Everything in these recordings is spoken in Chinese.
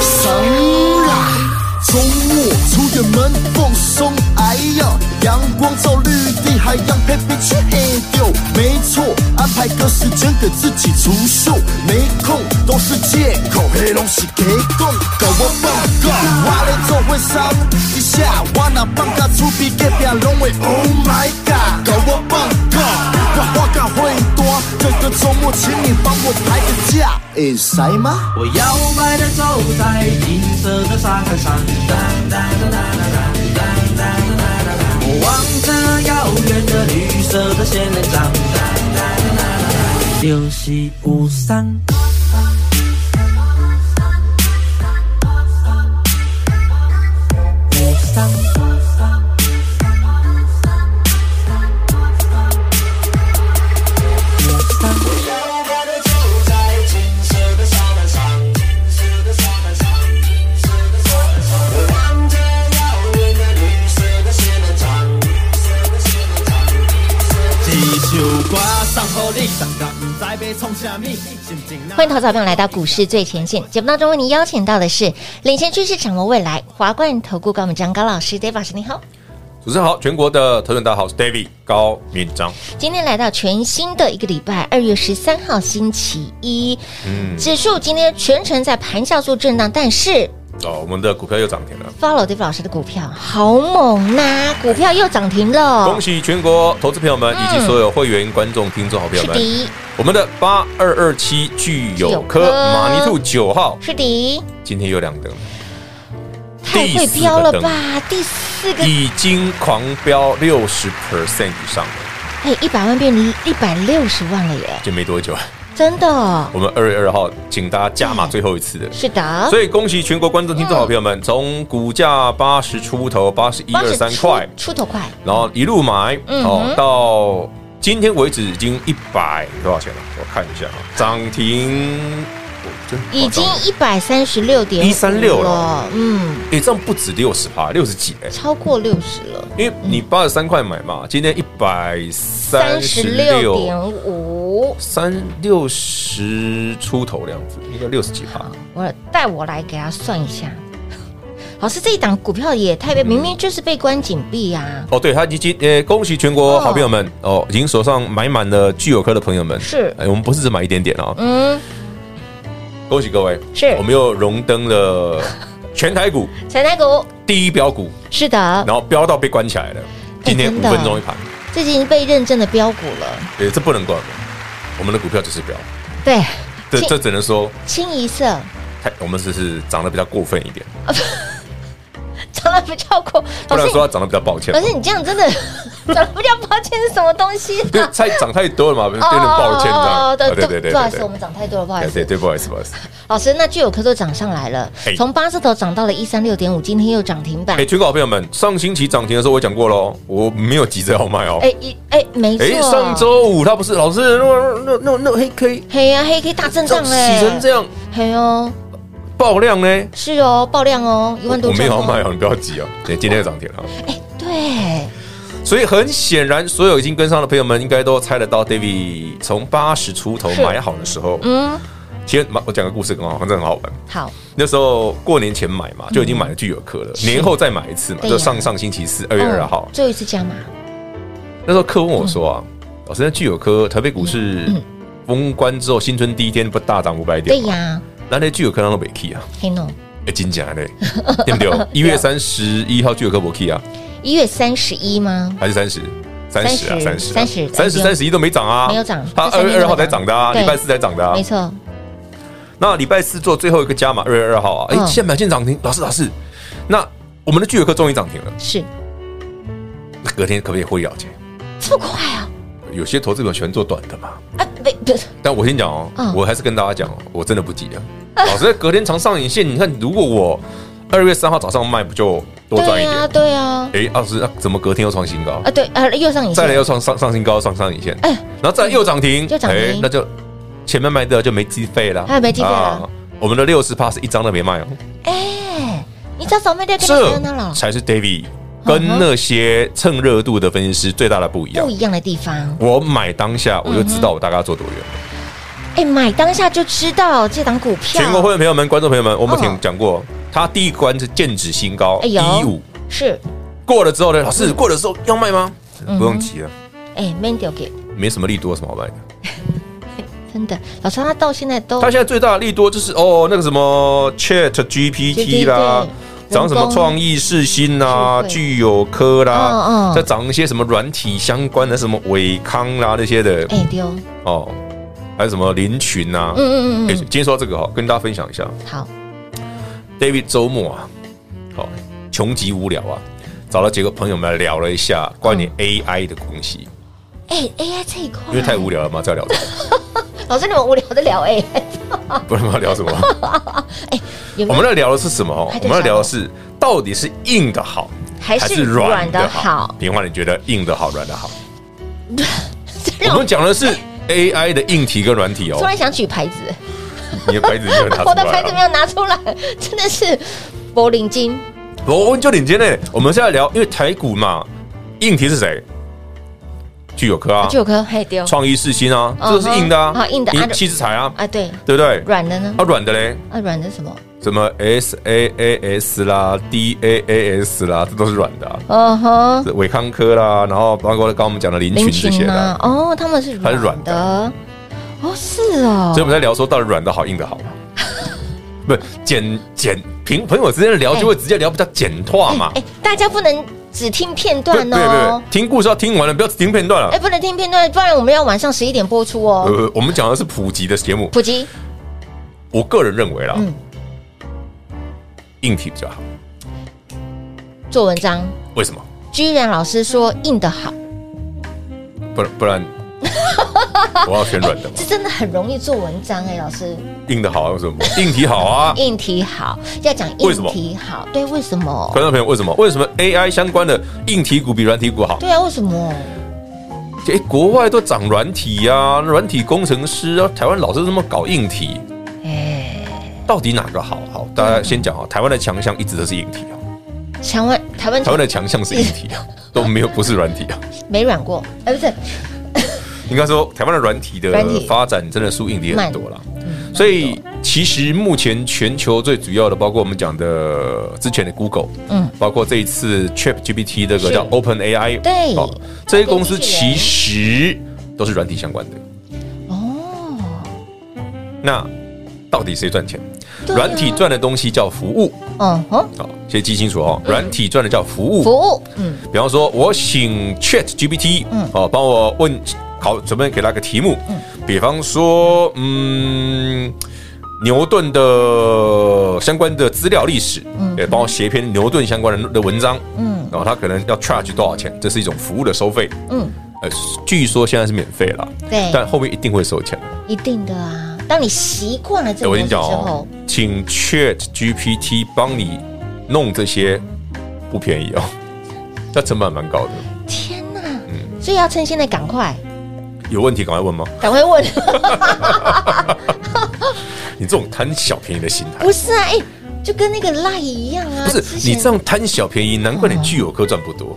神啦！周末出远门放松，哎呀，阳光照绿地，海洋陪陪去哎呦，没错，安排个时间给自己除秀，没空都是借口，黑东西给供，搞我放假，我来做会伤一下，我那放假出比隔壁拢会，Oh my god，搞我放假，我放假会多，这个周末请你帮我排个假，哎，塞吗？我摇摆的走在金色的沙滩上，哒哒哒哒哒哒哒哒哒哒哒。我望着遥远的绿色的仙人掌，哒哒哒哒哒。六七五三。五三一首歌送予你，但甲不知要创啥物，心情若欢迎投资者朋友来到股市最前线节目当中，为您邀请到的是领先趋势、掌握未来华冠投顾高敏章高老师，David 老师你好。主持人好，全国的投资人大家好，我是 David 高敏章。今天来到全新的一个礼拜，二月十三号星期一，嗯，指数今天全程在盘下做震荡，但是哦，我们的股票又涨停了， follow David 老师的股票好猛呐、股票又涨停了恭，喜全国投资朋友们以及所有会员、观众、听众、好朋友是们。的，我们的八二二七具有具有科科马尼兔九号是的，今天又亮灯，太会飙了吧！第四个，已经狂飙六十 percent 以上了，嘿，一百万变一百六十万了耶，就没多久。啊真的，哦我们二月二号请大家加码最后一次的。是的，所以恭喜全国观众、听嗯众、好朋友们，从股价八十出头、八十一八二十三块，出头快，然后一路买、嗯哦哼，到今天为止已经一百多少钱了？我看一下啊，涨停，哦真夸张已经一百三十六点了136了，嗯，诶，这样不止六十趴，六十几哎、超过六十了，因为你八十三块买嘛，今天一百三三十十六六，点五。三六十出头的样子，应该六十几趴好。，我带我来给他算一下。 老师，这一档股票也嗯太被，明明就是被关紧闭啊！哦，对，他已经呃，恭喜全国好朋友们哦，已经手上买满了聚友科的朋友们，是哎，我们不是只买一点点哦，嗯，恭喜各位，是我们又荣登了全台股彩台股第一标股。是的，然后飙到被关起来了。今天哎真五的分钟一盘，最近被认证的标股了。对，这不能怪我们，我们的股票就是飙，对，这清这只能说清一色太我们只是涨得比较过分一点，哦涨得比较过。不老能师，说它涨得比较抱歉老，师，你这样真的涨得比较抱歉是什么东西因为啊？太涨太多了嘛，有点抱歉这样。哦啊哦对对对对对对不好意对思，我们涨太多了，不好意对思哎对。对，不好意思不好意思。老师，那具有科都涨上来了嘿，从八字头涨到了一三六点五，今天又涨停板哎，。全国好朋友们，上星期涨停的时候我讲过喽，我没有急着要卖哦。哎一哎，没错哎，，上周五它不是老师那那那那黑 K 黑呀黑 K 大震这样荡哎，洗成这样嘿哦，爆量呢？是哦，爆量哦，一我万多我张没有要哦。卖哦，你不要急哦。对，今天又涨停了。哎，对，所以很显然，所有已经跟上的朋友们应该都猜得到，David 从八十出头是买好的时候，嗯，其实我讲个故事很好，真的很好玩。好，那时候过年前买嘛，就已经买了聚友客了，年后再买一次嘛，嗯对呀就上上星期四二月二号嗯。最后一次加码，那时候客问我说啊，老师，那聚友科台北股市封关之后，新春第一天不大涨五百嗯对点吗？呀，那那聚友科那都没 key 啊，黑诺哎，真假 嘞，对不对？一月三十一号聚友科没 key 啊，一月三十一吗？还是三十？三十啊，三十， 30 30三十，三十一都没涨啊，没有涨它这二三天都月二没号才涨涨的啊，对礼拜四才涨的啊没。错，那礼拜四做最后一个加码，二月二号啊，哎嗯，现在买进涨停，老师老师，那我们的聚友科终于涨停了，是那隔天可不可以获利了结？这么快啊？有些投资者喜欢做短的嘛，啊，不不，但我先讲哦嗯，我还是跟大家讲哦，我真的不急啊。老师，隔天长上影线，你看如果我二月三号早上卖，不就多赚对一啊，点？对啊，哎，二十，那怎么隔天又创新高啊？对啊，又上影再来线，又创上上新高，上上影线，哎然后再来又涨停，又涨停哎那就前面卖掉就没计费了，哎没计费了啊。我们的六十 pass 一张都没卖哦，哎，你早早没得跟你这跟他了，才是 David 嗯跟哼那些蹭热度的分析师最大的不一样不。一样的地方。我买当下我就知道我大概要做多远了。哎，买当下就知道这档股票，全国会员朋友们、观众朋友们，我们哦听讲过，它第一关是剑指新高哎一呦嗯五，是过了之后呢，老师过了之后要卖吗？嗯不用急了，啊哎 m a n d i 给没什么利多有什么好卖的。真的，老师他到现在都它现在最大的利多就是哦，那个什么 Chat GPT 啦，对涨什么创意世新啦、智慧具有科嗯啦嗯，再涨一些什么软体相关的，什么伟康啦那些的哎丢，哦，还有什么林群呐。嗯嗯嗯哎嗯，今天说到这个哈，跟大家分享一下好， ，David 周末啊，好穷极无聊啊，找了几个朋友们来聊了一下关嗯于 AI 的东西，哎 AI 这一块，因为太无聊了嘛，再聊这 个老师你们无聊的聊哎，不然我们要聊什么？有没我们有要聊的是什么？还哦，在我们要聊的是到底是硬的好还是软的好？平花，你觉得硬的好，软的好？让我我们讲的是 AI 的硬体跟软体突哦。然想举牌子，你的牌子没有拿出我的牌子没来啊，有拿出来，真的是柏林金我问就领先嘞。我们现在聊，因为台股嘛，硬体是谁？具有科啊，就有颗嘿丢创意世新啊，这嗯哼个是硬的啊，好硬的啊七之财啊，啊，对，对不对？软的呢？啊，软的嘞，啊，软的什么？什么 S A A S 啦，D A A S 啦，这都是软的啊。哦吼，是伟康科啦，然后包括刚刚我们讲的林群这些的啊啊，，哦，他们是它是软软的的，哦，是哦所以，我们在聊说到底软的好，硬的好 嘛？不，简简平朋友之间的聊就会直接聊比较简化嘛。哎，大家不能只听片不段对对哦对，，听故事要听完了，不要只听片段哎，了。不能听片段，不然我们要晚上十一点播出哦，呃，我们讲的是普及的节目，普及，我个人认为啦嗯，硬体比较好。做文章。为什么？居然老师说硬的好，不然 不然，我要选软的嘛。这真的很容易做文章哎、老师。硬的好啊为什么？硬体好啊。硬体好，要讲为什硬么体好，对，为什么？观众朋友，为什么？为什么 AI 相关的硬体股比软体股好？对啊，为什么？哎，国外都涨软体啊，软体工程师啊，台湾老是这么搞硬体。哎，到底哪个好？好，大家先嗯讲啊，台湾的强项一直都是硬体啊，台湾台湾台湾的强项是硬体啊，都没有不是软体啊。没软过，哎，不是，应该说，台湾的软体的软体嗯发展真的输硬体很多啦。所以其实目前全球最主要的，包括我们讲的之前的 Google，嗯嗯，包括这一次 Chat GPT 这个是叫 Open AI，对哦，这些公司机器人其实都是软体相关的。哦，那到底谁赚钱？对啊软体赚的东西叫服务，嗯哼，好，先记清楚嗯哦，软体赚的叫服务服，务，嗯，比方说，我请 Chat GPT，嗯哦，帮我问好，准备给他个题目，比方说，嗯，牛顿的相关的资料历史，也帮我写一篇牛顿相关的的文章，嗯嗯，然后他可能要 charge 多少钱，这是一种服务的收费，嗯嗯，呃，据说现在是免费了，对但后面一定会收钱。一定的啊。当你习惯了这哎个我东跟西你之讲哦后，，请 Chat GPT 帮你弄这些，不便宜哦， 它成本还蛮高的，天哪！嗯所以要趁现在赶快，有问题赶快问吗？赶快问。 你这种贪小便宜的心态不，是啊，哎，就跟那个赖一样啊。不之是前你这样贪小便宜，难怪你具有科赚不多，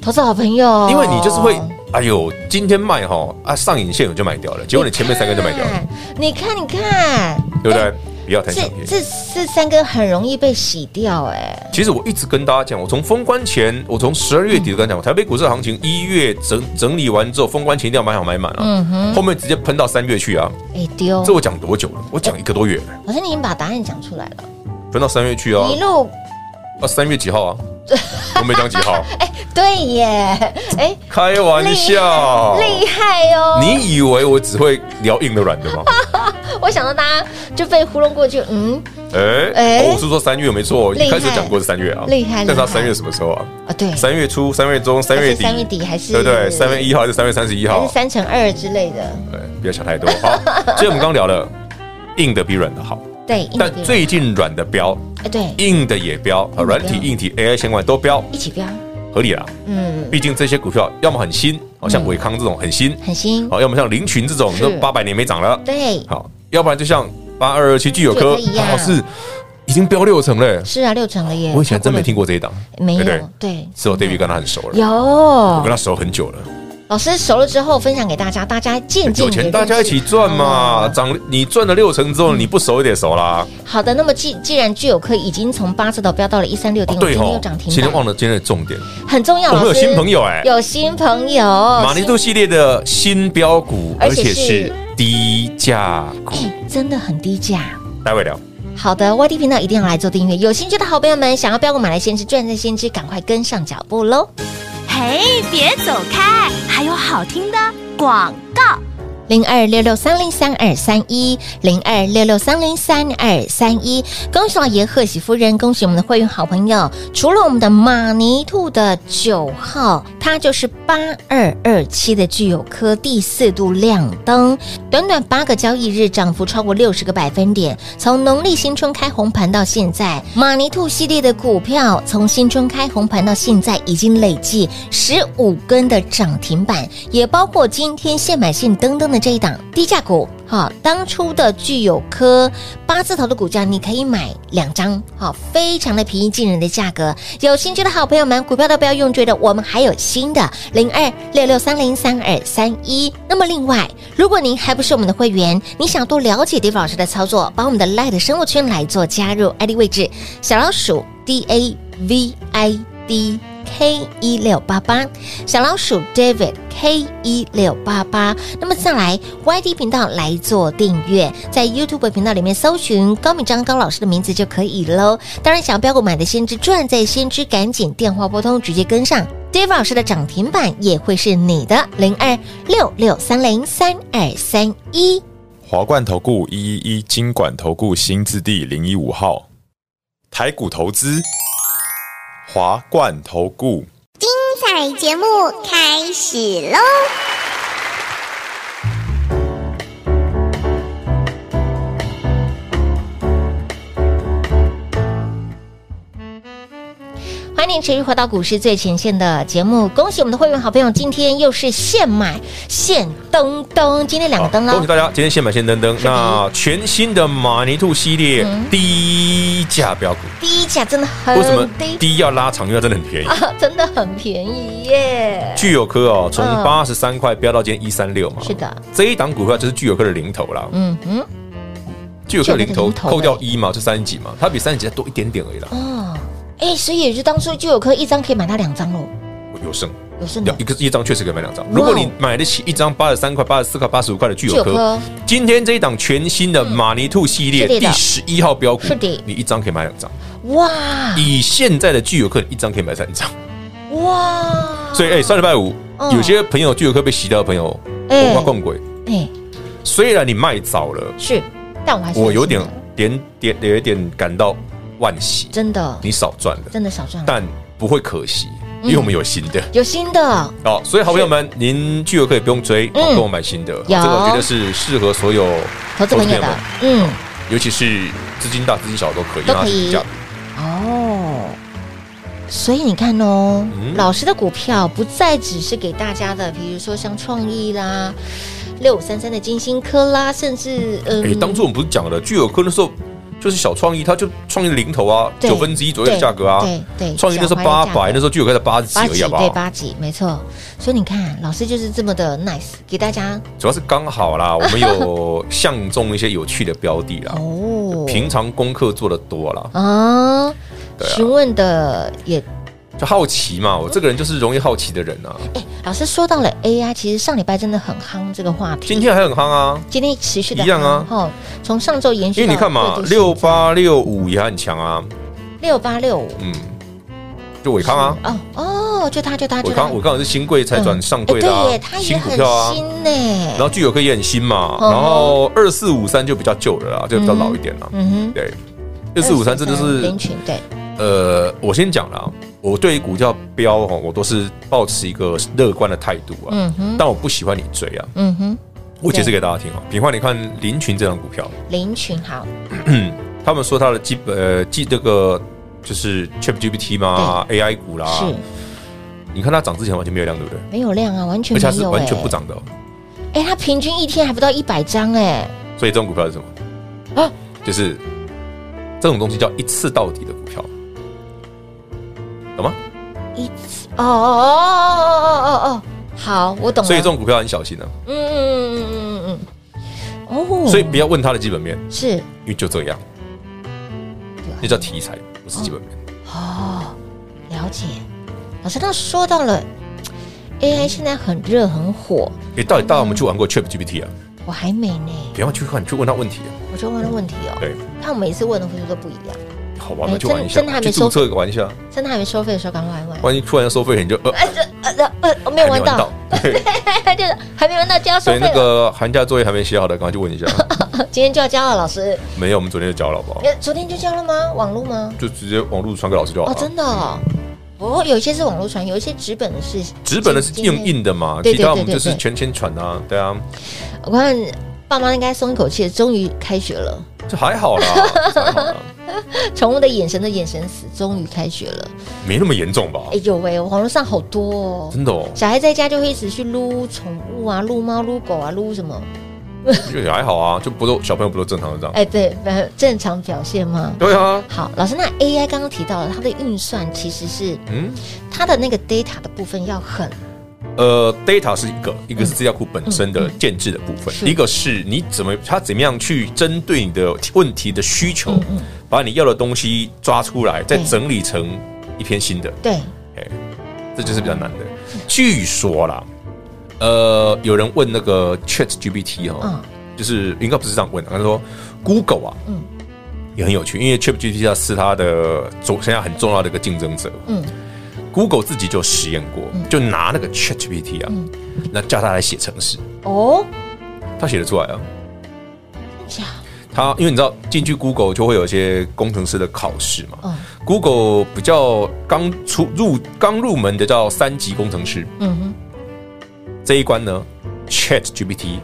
投资好朋友，因为你就是会，哎呦，今天卖哈啊上影线我就买掉了，结果你前面三根就买掉了，你看，你看，哎对不对？不要贪小这便宜。这这三根很容易被洗掉、哎，其实我一直跟大家讲，我从封关前，我从十二月底就跟嗯大家讲，台北股市行情一月整整理完之后，封关前一定要买好买满嗯啊哼，后面直接喷到三月去啊，哎丢这。我讲多久了？我讲一个多月了，老师，你已经把答案讲出来了，喷到三月去啊，一路啊三月几 号啊？我没讲几号，对 耶，哎，开玩笑，厉害哦！你以为我只会聊硬的软的吗？我想到大家就被糊弄过去，嗯，哎哎哎，哦我是说三月没错，厉害一开始讲过是三月啊，厉害但是厉害它三月什么时候啊？啊，对，三月初、三月中、三月还底、是三月底还是对不对？三月一号还是三月三十一还是号？三乘二之类的，对，不要想太多。好，所以我们刚刚聊了硬的比软的好，对，硬但碟最近软的标，哎对，硬的也标，啊，软体、标硬体、AI 相关都标，一起标，合理啦。嗯，毕竟这些股票要么很新，好像伟康这种很新，很新，好，要么像林群这种是都八百年没涨了，对，好，要不然就像八二二七具有科具有科一，样好是已经飙六成嘞。是啊，六成了耶，我以前真没听过，过这一档，没对不有对，对，嗯是我 David 跟他很熟了，我有跟他熟很久了。老师熟了之后分享给大家，大家渐渐有地钱大家一起赚嘛，认识。哦嗯涨你赚了六成之后，你不熟也得熟啦。好的，那么既既然具有科已经从八字头飙到了一三六点五，今对天又哦涨，停今天板，忘了今天的重点，很重要。我们老有师新朋友哎，有新朋友，马尼度系列的新标股，而而且且是是低价股，哎，真的很低价。待会聊。好的，YT 频道一定要来做订阅。有兴趣的好朋友们，想要标股买来先知赚在先知，赶快跟上脚步喽！嘿，别走开，还有好听的广告。零二六六三零三二三一零二六六三零三二三一，恭喜老爷，贺喜夫人，恭喜我们的会员好朋友。除了我们的马尼兔的九号，它就是八二二七的具有科第四度亮灯，短短八个交易日涨幅超过六十个百分点。从农历新春开红盘到现在，马尼兔系列的股票从新春开红盘到现在已经累计十五根的涨停板，也包括今天现买现登登的这一档低价股。好、当初的具有科八字头的股价，你可以买两张，好、非常的平易近人的价格。有兴趣的好朋友们，股票都不要用追的，我们还有新的零二六六三零三二三一。那么另外，如果您还不是我们的会员，你想多了解 Dave 老师的操作，把我们的 Light 生活圈来做加入，ID 位置小老鼠 D A V I D。K 一六八八小老鼠 David K 一六八八，那么再来 YD 频道来做订阅，在 YouTube 频道里面搜寻高敏章高老师的名字就可以喽。当然，想要标股买的先知赚在先知，赶紧电话拨通，直接跟上 David 老师的涨停板也会是你的零二六六三零三二三一。华冠投顾一一一金管投顾新字第零一五号，台股投资，华冠投顾。彩节目开始喽！欢迎持续回到股市最前线的节目，恭喜我们的会员好朋友，今天又是现买现登登，今天两个好登啊恭喽喜，大家！今天先买先登登。那全新的马尼兔系列嗯低价标股，第一价真的为什很么呃低低要拉长？因为它真的很便宜。啊， 真的很便宜耶！聚友科哦，从嗯八十三块飙到今天一三六嘛。是的，这一档股票就是聚友科的零头啦。嗯嗯，聚友科零聚友科头零头扣掉一嘛，就三十几嘛，它比三十几再多一点点而已啦。哦，哎，所以也就当初就有颗一张可以买到两张喽，有剩有剩要的一个一张确实可以买两张。哇哦如果你买得起一张八十三块、八十四块、八十五块的聚友聚友科科，今天这一档全新的马尼兔系列是的第十一号标股是的，你一张可以买两张。哇以现在的聚友科，你一张可以买三张。哦哇！所以，哎，上礼拜五嗯有些朋友聚友科被洗掉的朋友，哎我怕共轨。哎虽然你卖早了，是，但我还是我有点很心疼点点有一点感到惋惜，真的你少赚了，真的少嗯赚了，但不会可惜，因为我们有新的。有新的哦，所以好朋友们，您巨额可以不用追，哦嗯跟我买新的，哦这有个我觉得是适合所有投资朋友的，嗯尤其是资金大、资金小都可以，都让可它以低价嗯哦。所以你看哦，嗯老师的股票不再只是给大家的，比如说像创意啦、六五三三的金星科啦，甚至嗯，哎，当初我们不是讲了，巨额科那时候就是小创意，它就创意的零头啊，对九分之一左右的价格啊，对对，对创意那时候小花的八价百，格那时候巨额科才八十几八而级已，好不对好？八级，没错。所以你看，老师就是这么的 nice，给大家主要是刚 好啦，我们有相中一些有趣的标的啦，哦平常功课做的多啦，啊，对啊询问的也。就好奇嘛，我这个人就是容易好奇的人啊。哎，老师说到了 AI，其实上礼拜真的很夯这个话题。今天还很夯啊，今天持续的一样啊哦，从上周延续因到，为你看嘛，六八六五也很强啊，六八六五，嗯，就伟康啊，哦哦，就他就他就伟他，康伟康也是新贵才转上柜哎的、啊对耶，他也新股很票啊。新呢然。后具有科也很新嘛，嗯哼然后二四五三就比较旧了啦，就比较老一点啦。嗯哼，对，六四五三真的是林群对，呃，我先讲啦，我对于股票标哦，我都是保持一个乐观的态度啊。嗯哼但我不喜欢你追啊。嗯哼，我解释给大家听哦。比方你看林群这张股票，林群好，他们说它的基本呃基这个就是 ChatGPT 嘛，AI 股啦，是你看它涨之前完全没有量，对不对？没有量啊，完全而且它没是有，完全不。涨的哦。哎，它平均一天还不到一百张，哎，所以这种股票是什么？啊就是这种东西叫一次到底的股票，懂吗？嗯一次哦哦哦哦哦哦哦，好，我懂了。所以这种股票很小心啊，嗯嗯嗯嗯嗯嗯，哦，所以不要问它的基本面，是因为就这样，那叫题材，不是基本面。哦，了解。老师，那说到了 AI 现在很热很火，诶，到底大家有没有去玩过 Chat GPT 啊？我还没呢，不要去看，去问他问题啊。我就问了问题哦。对，看我每次问的回答都不一样，好吧，我哎们去玩一下真的真的还，没去收注册玩一下，趁他还没收费的时候，赶快玩一玩。万一突然收费，你就呃哎，这呃呃，我没有还玩到，。对， 就是还没玩到就要收所以费了，那个寒假作业还没写好的，赶快去问一下。 今天就要交了，老师。没有，我们昨天就交了，好 不好？呃，昨天就交了吗？网络吗？就直接网络传给老师就好哦，了。真的哦。哦，有一些是网络传，有一些纸本的是纸本的是今天硬硬的嘛，对其对他我们对对就是对全签传啊，对啊，我看爸妈应该松一口气，终于开学 了。这还好啦，这还好啦宠物的眼神的眼神死，终于开学了。没那么严重吧 哎？呦喂，网络上好多哦。真的哦，小孩在家就会一直去撸宠物啊，撸猫、撸狗啊，撸什么？就也还好啊，就不都小朋友不都正常的这样？哎，对，呃正常表现吗？对啊，好，老师，那 AI 刚刚提到了，它的运算其实是嗯，它的那个 data 的部分要很呃，data 是一个，一嗯个是资料库本身的建制的部分，是一个是你怎么它怎么样去针对你的问题的需求，把你要的东西抓出来，再嗯对整理成一篇新的，对，哎，这就是比较难的。据说啦，呃，有人问那个 Chat GPT 哦，嗯就是应该不是这样问的，他说 Google 啊，嗯也很有趣，因为 Chat GPT 它是它的重现在很重要的一个竞争者，嗯 Google 自己就实验过，就拿那个 Chat GPT 啊，嗯那叫他来写程式，哦，他写得出来啊。假他因为你知道进去 Google 就会有一些工程师的考试嘛、嗯 g o o g l e 比较刚出入刚入门的叫三级工程师，嗯这一关呢，Chat GPT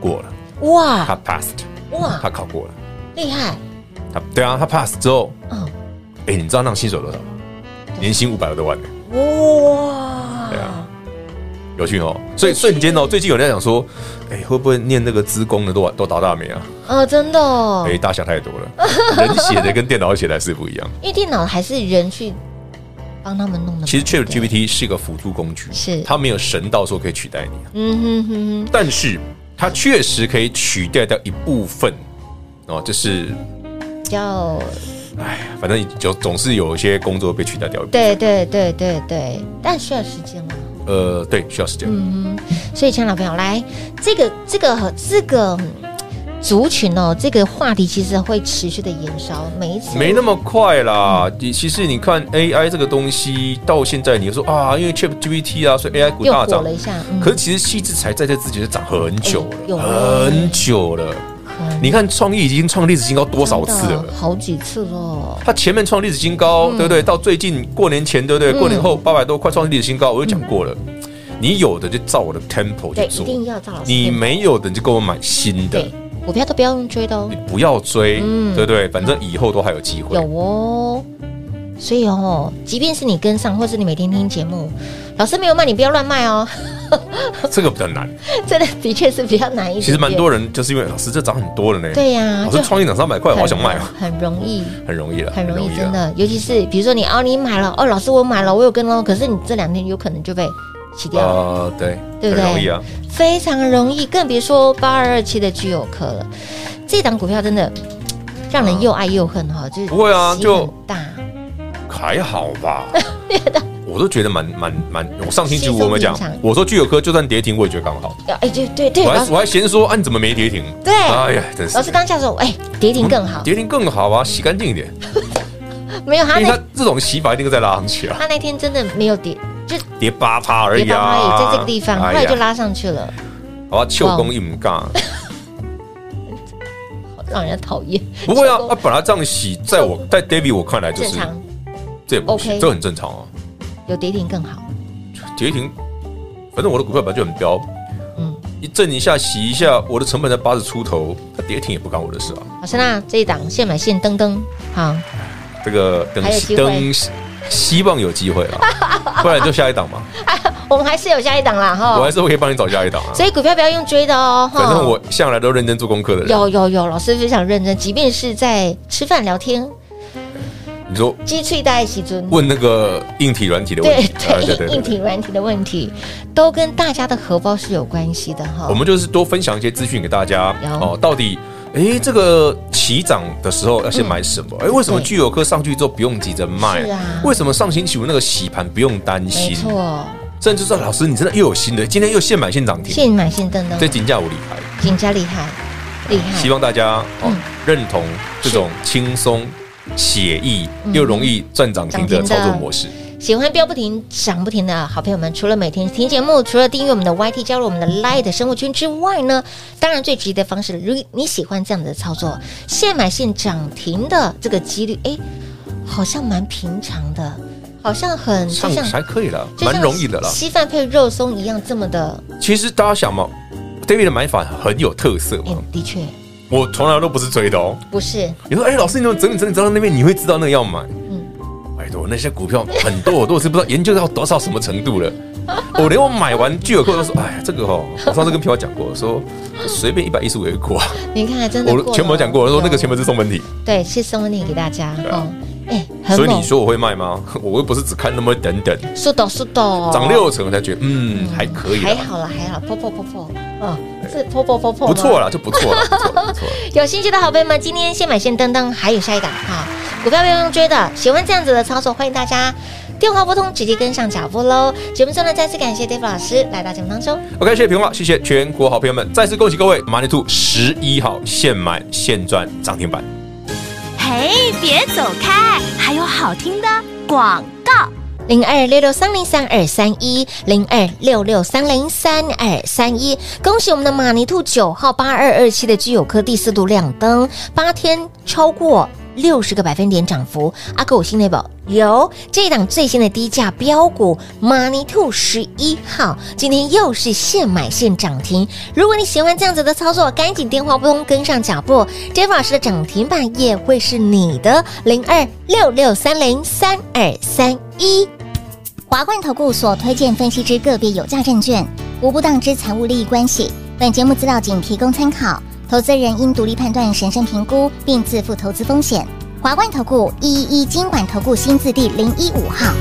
过了，哼，哇他 passed，他哇，考过了，厉害，他对啊，他 pass 之后，嗯，哎、你知道那薪水多少吗？年薪五百多万呢、哇，对啊有趣哦。所以瞬间哦，最近有人在讲说，哎、会不会念那个资工的都都倒大霉啊？哦，真的哦哎、，大家想太多 了，人写的跟电脑写的还是不一样。因为电脑还是人去帮他们弄的嘛，其实 Chat 对不对 GPT 是一个辅助工具，是它没有神到说可以取代你啊，嗯哼哼但是它确实可以取代掉一部分哦，就是哼，比较，反正就总是有一些工作被取代掉一部分。对对对对对，但需要时间了。呃，对，需要时间。嗯，所以，亲爱的朋友，来这个这个这个嗯族群哦，这个话题其实会持续的延烧，每一次没那么快啦，你其实你看 AI 这个东西到现在，你就说啊，因为 ChatGPT 啊，所以 AI 股又大火涨了。一下，嗯可是其实细致才在这之前就涨很久哎有了，很久了。很你看创意已经创历史新高多少次嗯真了的？哦嗯好几次了，它前面创历史新高，对不对？到最近过年前，对嗯不对？过年后八百多，快创历史新高，我就讲过了。你有的就照我的 tempo 对，去一做，定要照老师你的没有的你就给我买新的对，股票都不要用追的哦你，不要追，嗯对不对？反正以后都还有机会有。哦。所以哦，即便是你跟上，或是你每天听节目，老师没有卖，你不要乱卖哦。 这个比较难，真的的确是比较难一点点。其实蛮多人就是因为老师这涨很多了呢。对呀、老就师创意涨三百块，我好想卖哦，很容易。很容易啊了，很容易，真啦。的，尤其是比如说你哦，你买了哦，老师我买了，我有跟喽，可是你这两天有可能就被洗掉了，啊，对，对不很对容易啊。非常容易，更别说八二二七的居有科了。这档股票真的让人又爱又恨哈，就是不会啊洗就很大，还好 吧，我都觉得蛮蛮蛮。我上星期稀五松我们平讲常，我说聚友科就算跌停，我也觉得刚好。哎，对对对，我还老师我还嫌说，啊，你怎么没跌停？对哎呀，真是老师当下说，哎，跌停更好，跌停更好啊，洗干净一点，没有他因为它那这种洗法一定再拉上去啊，他那天真的没有跌，就跌八趴而跌已到而啊，已，在这个地方，后哎呀啊来就拉上去了，好吧，秋公一母尬，让人家讨厌。不会啊结，啊，果本来这样洗，在我在 David 我看来就正是常这也不 OK 行，这很正常啊。有跌停更好，跌停，反正我的股票本来就很彪，嗯嗯，一震一下洗一下，我的成本在八十出头，它跌停也不干我的事啊。老师那这一档现买现登登好，这个等还有机会等，希望有机会 啊，不然就下一档嘛，我们还是有下一档啦我哈还。是可以帮你找下一档啊。哦所以股票不要用追的哦，哈反正我向来都认真做功课的人，有有有，老师非常认真，即便是在吃饭聊天，你说鸡脆大爱喜尊，问那个硬体软体的问对题，啊对硬体软体的问题，都跟大家的荷包是有关系的哈我。们就是多分享一些资讯给大家有哦。到底，哎，这个起涨的时候要先买什么？哎、为什么嗯对聚友科上去之后不用急着卖？是啊为什么上星期五那个洗盘不用担没心？错，甚至说，老师你真的又有新的，今天又现买现涨停，现买现登登这，金价无理牌。人家厉害厉害希，望大家哎哦、嗯认同这种轻松、写意又容易赚涨停的嗯涨停的嗯操作模式。喜欢飙不停、涨不停的好朋友们，除了每天听节目，除了订阅我们的 YT、加入我们的 Light 生活圈之外呢，当然最直接的方式，如果你喜欢这样的操作，现买现涨停的这个几率，哎，好像蛮平常的，好像很就上像还可以了，就像蛮容易的啦。稀饭配肉松一样这么的，其实大家想嘛，David 的买法很有特色哎嘛。，的确我从来都不是追的哦。不是你说，哎、老师，你怎么整理整理整到那边，你会知道那个要买？嗯嗯，拜托，那些股票很多，我都是不知道研究到多少什么程度了。我连我买完巨有课都说，哎，这个哦，我上次跟平友讲过，说随便一百一十五也会过啊。你看真的过了，我全部讲过，我说那个全部有是送分题，对，是送问题给大家对哦，啊哎，很所以猛你，说我会卖吗？我又不是只看那么等等，速度速度，涨六成我才觉得，嗯，还可以还啦，好了，还好，破破破破，嗯，是破破破破，不错。啦，就不错啦，不错啦不错啦。有兴趣的好朋友们，今天先买先登登，还有下一档哈，股票不用追的，喜欢这样子的操作，欢迎大家电话拨通，直接跟上脚步喽。节目最后呢，再次感谢 Dave 老师来到节目当中。 OK，谢谢平话，谢谢全国好朋友们，再次恭喜各位，Money Two 十一号现买现赚涨停板。嘿，别走开，还有好听的广告。零二六六三零三二三一零二六六三零三二三一，恭喜我们的马尼兔九号八二二七的居友科第四度亮灯，八天超过。六十个百分点涨幅，阿哥我新内宝有这一档最新的低价标股马尼兔十一号，今天又是现买现涨停。如果你喜欢这样子的操作，赶紧电话拨通跟上脚步，Jeff 老师的涨停板也会是你的零二六六三零三二三一。华冠投顾所推荐分析之个别有价证券，无不当之财务利益关系。本节目资料仅提供参考，投资人应独立判断、审慎评估，并自负投资风险。华冠投顾一一一金管投顾新字第零一五号。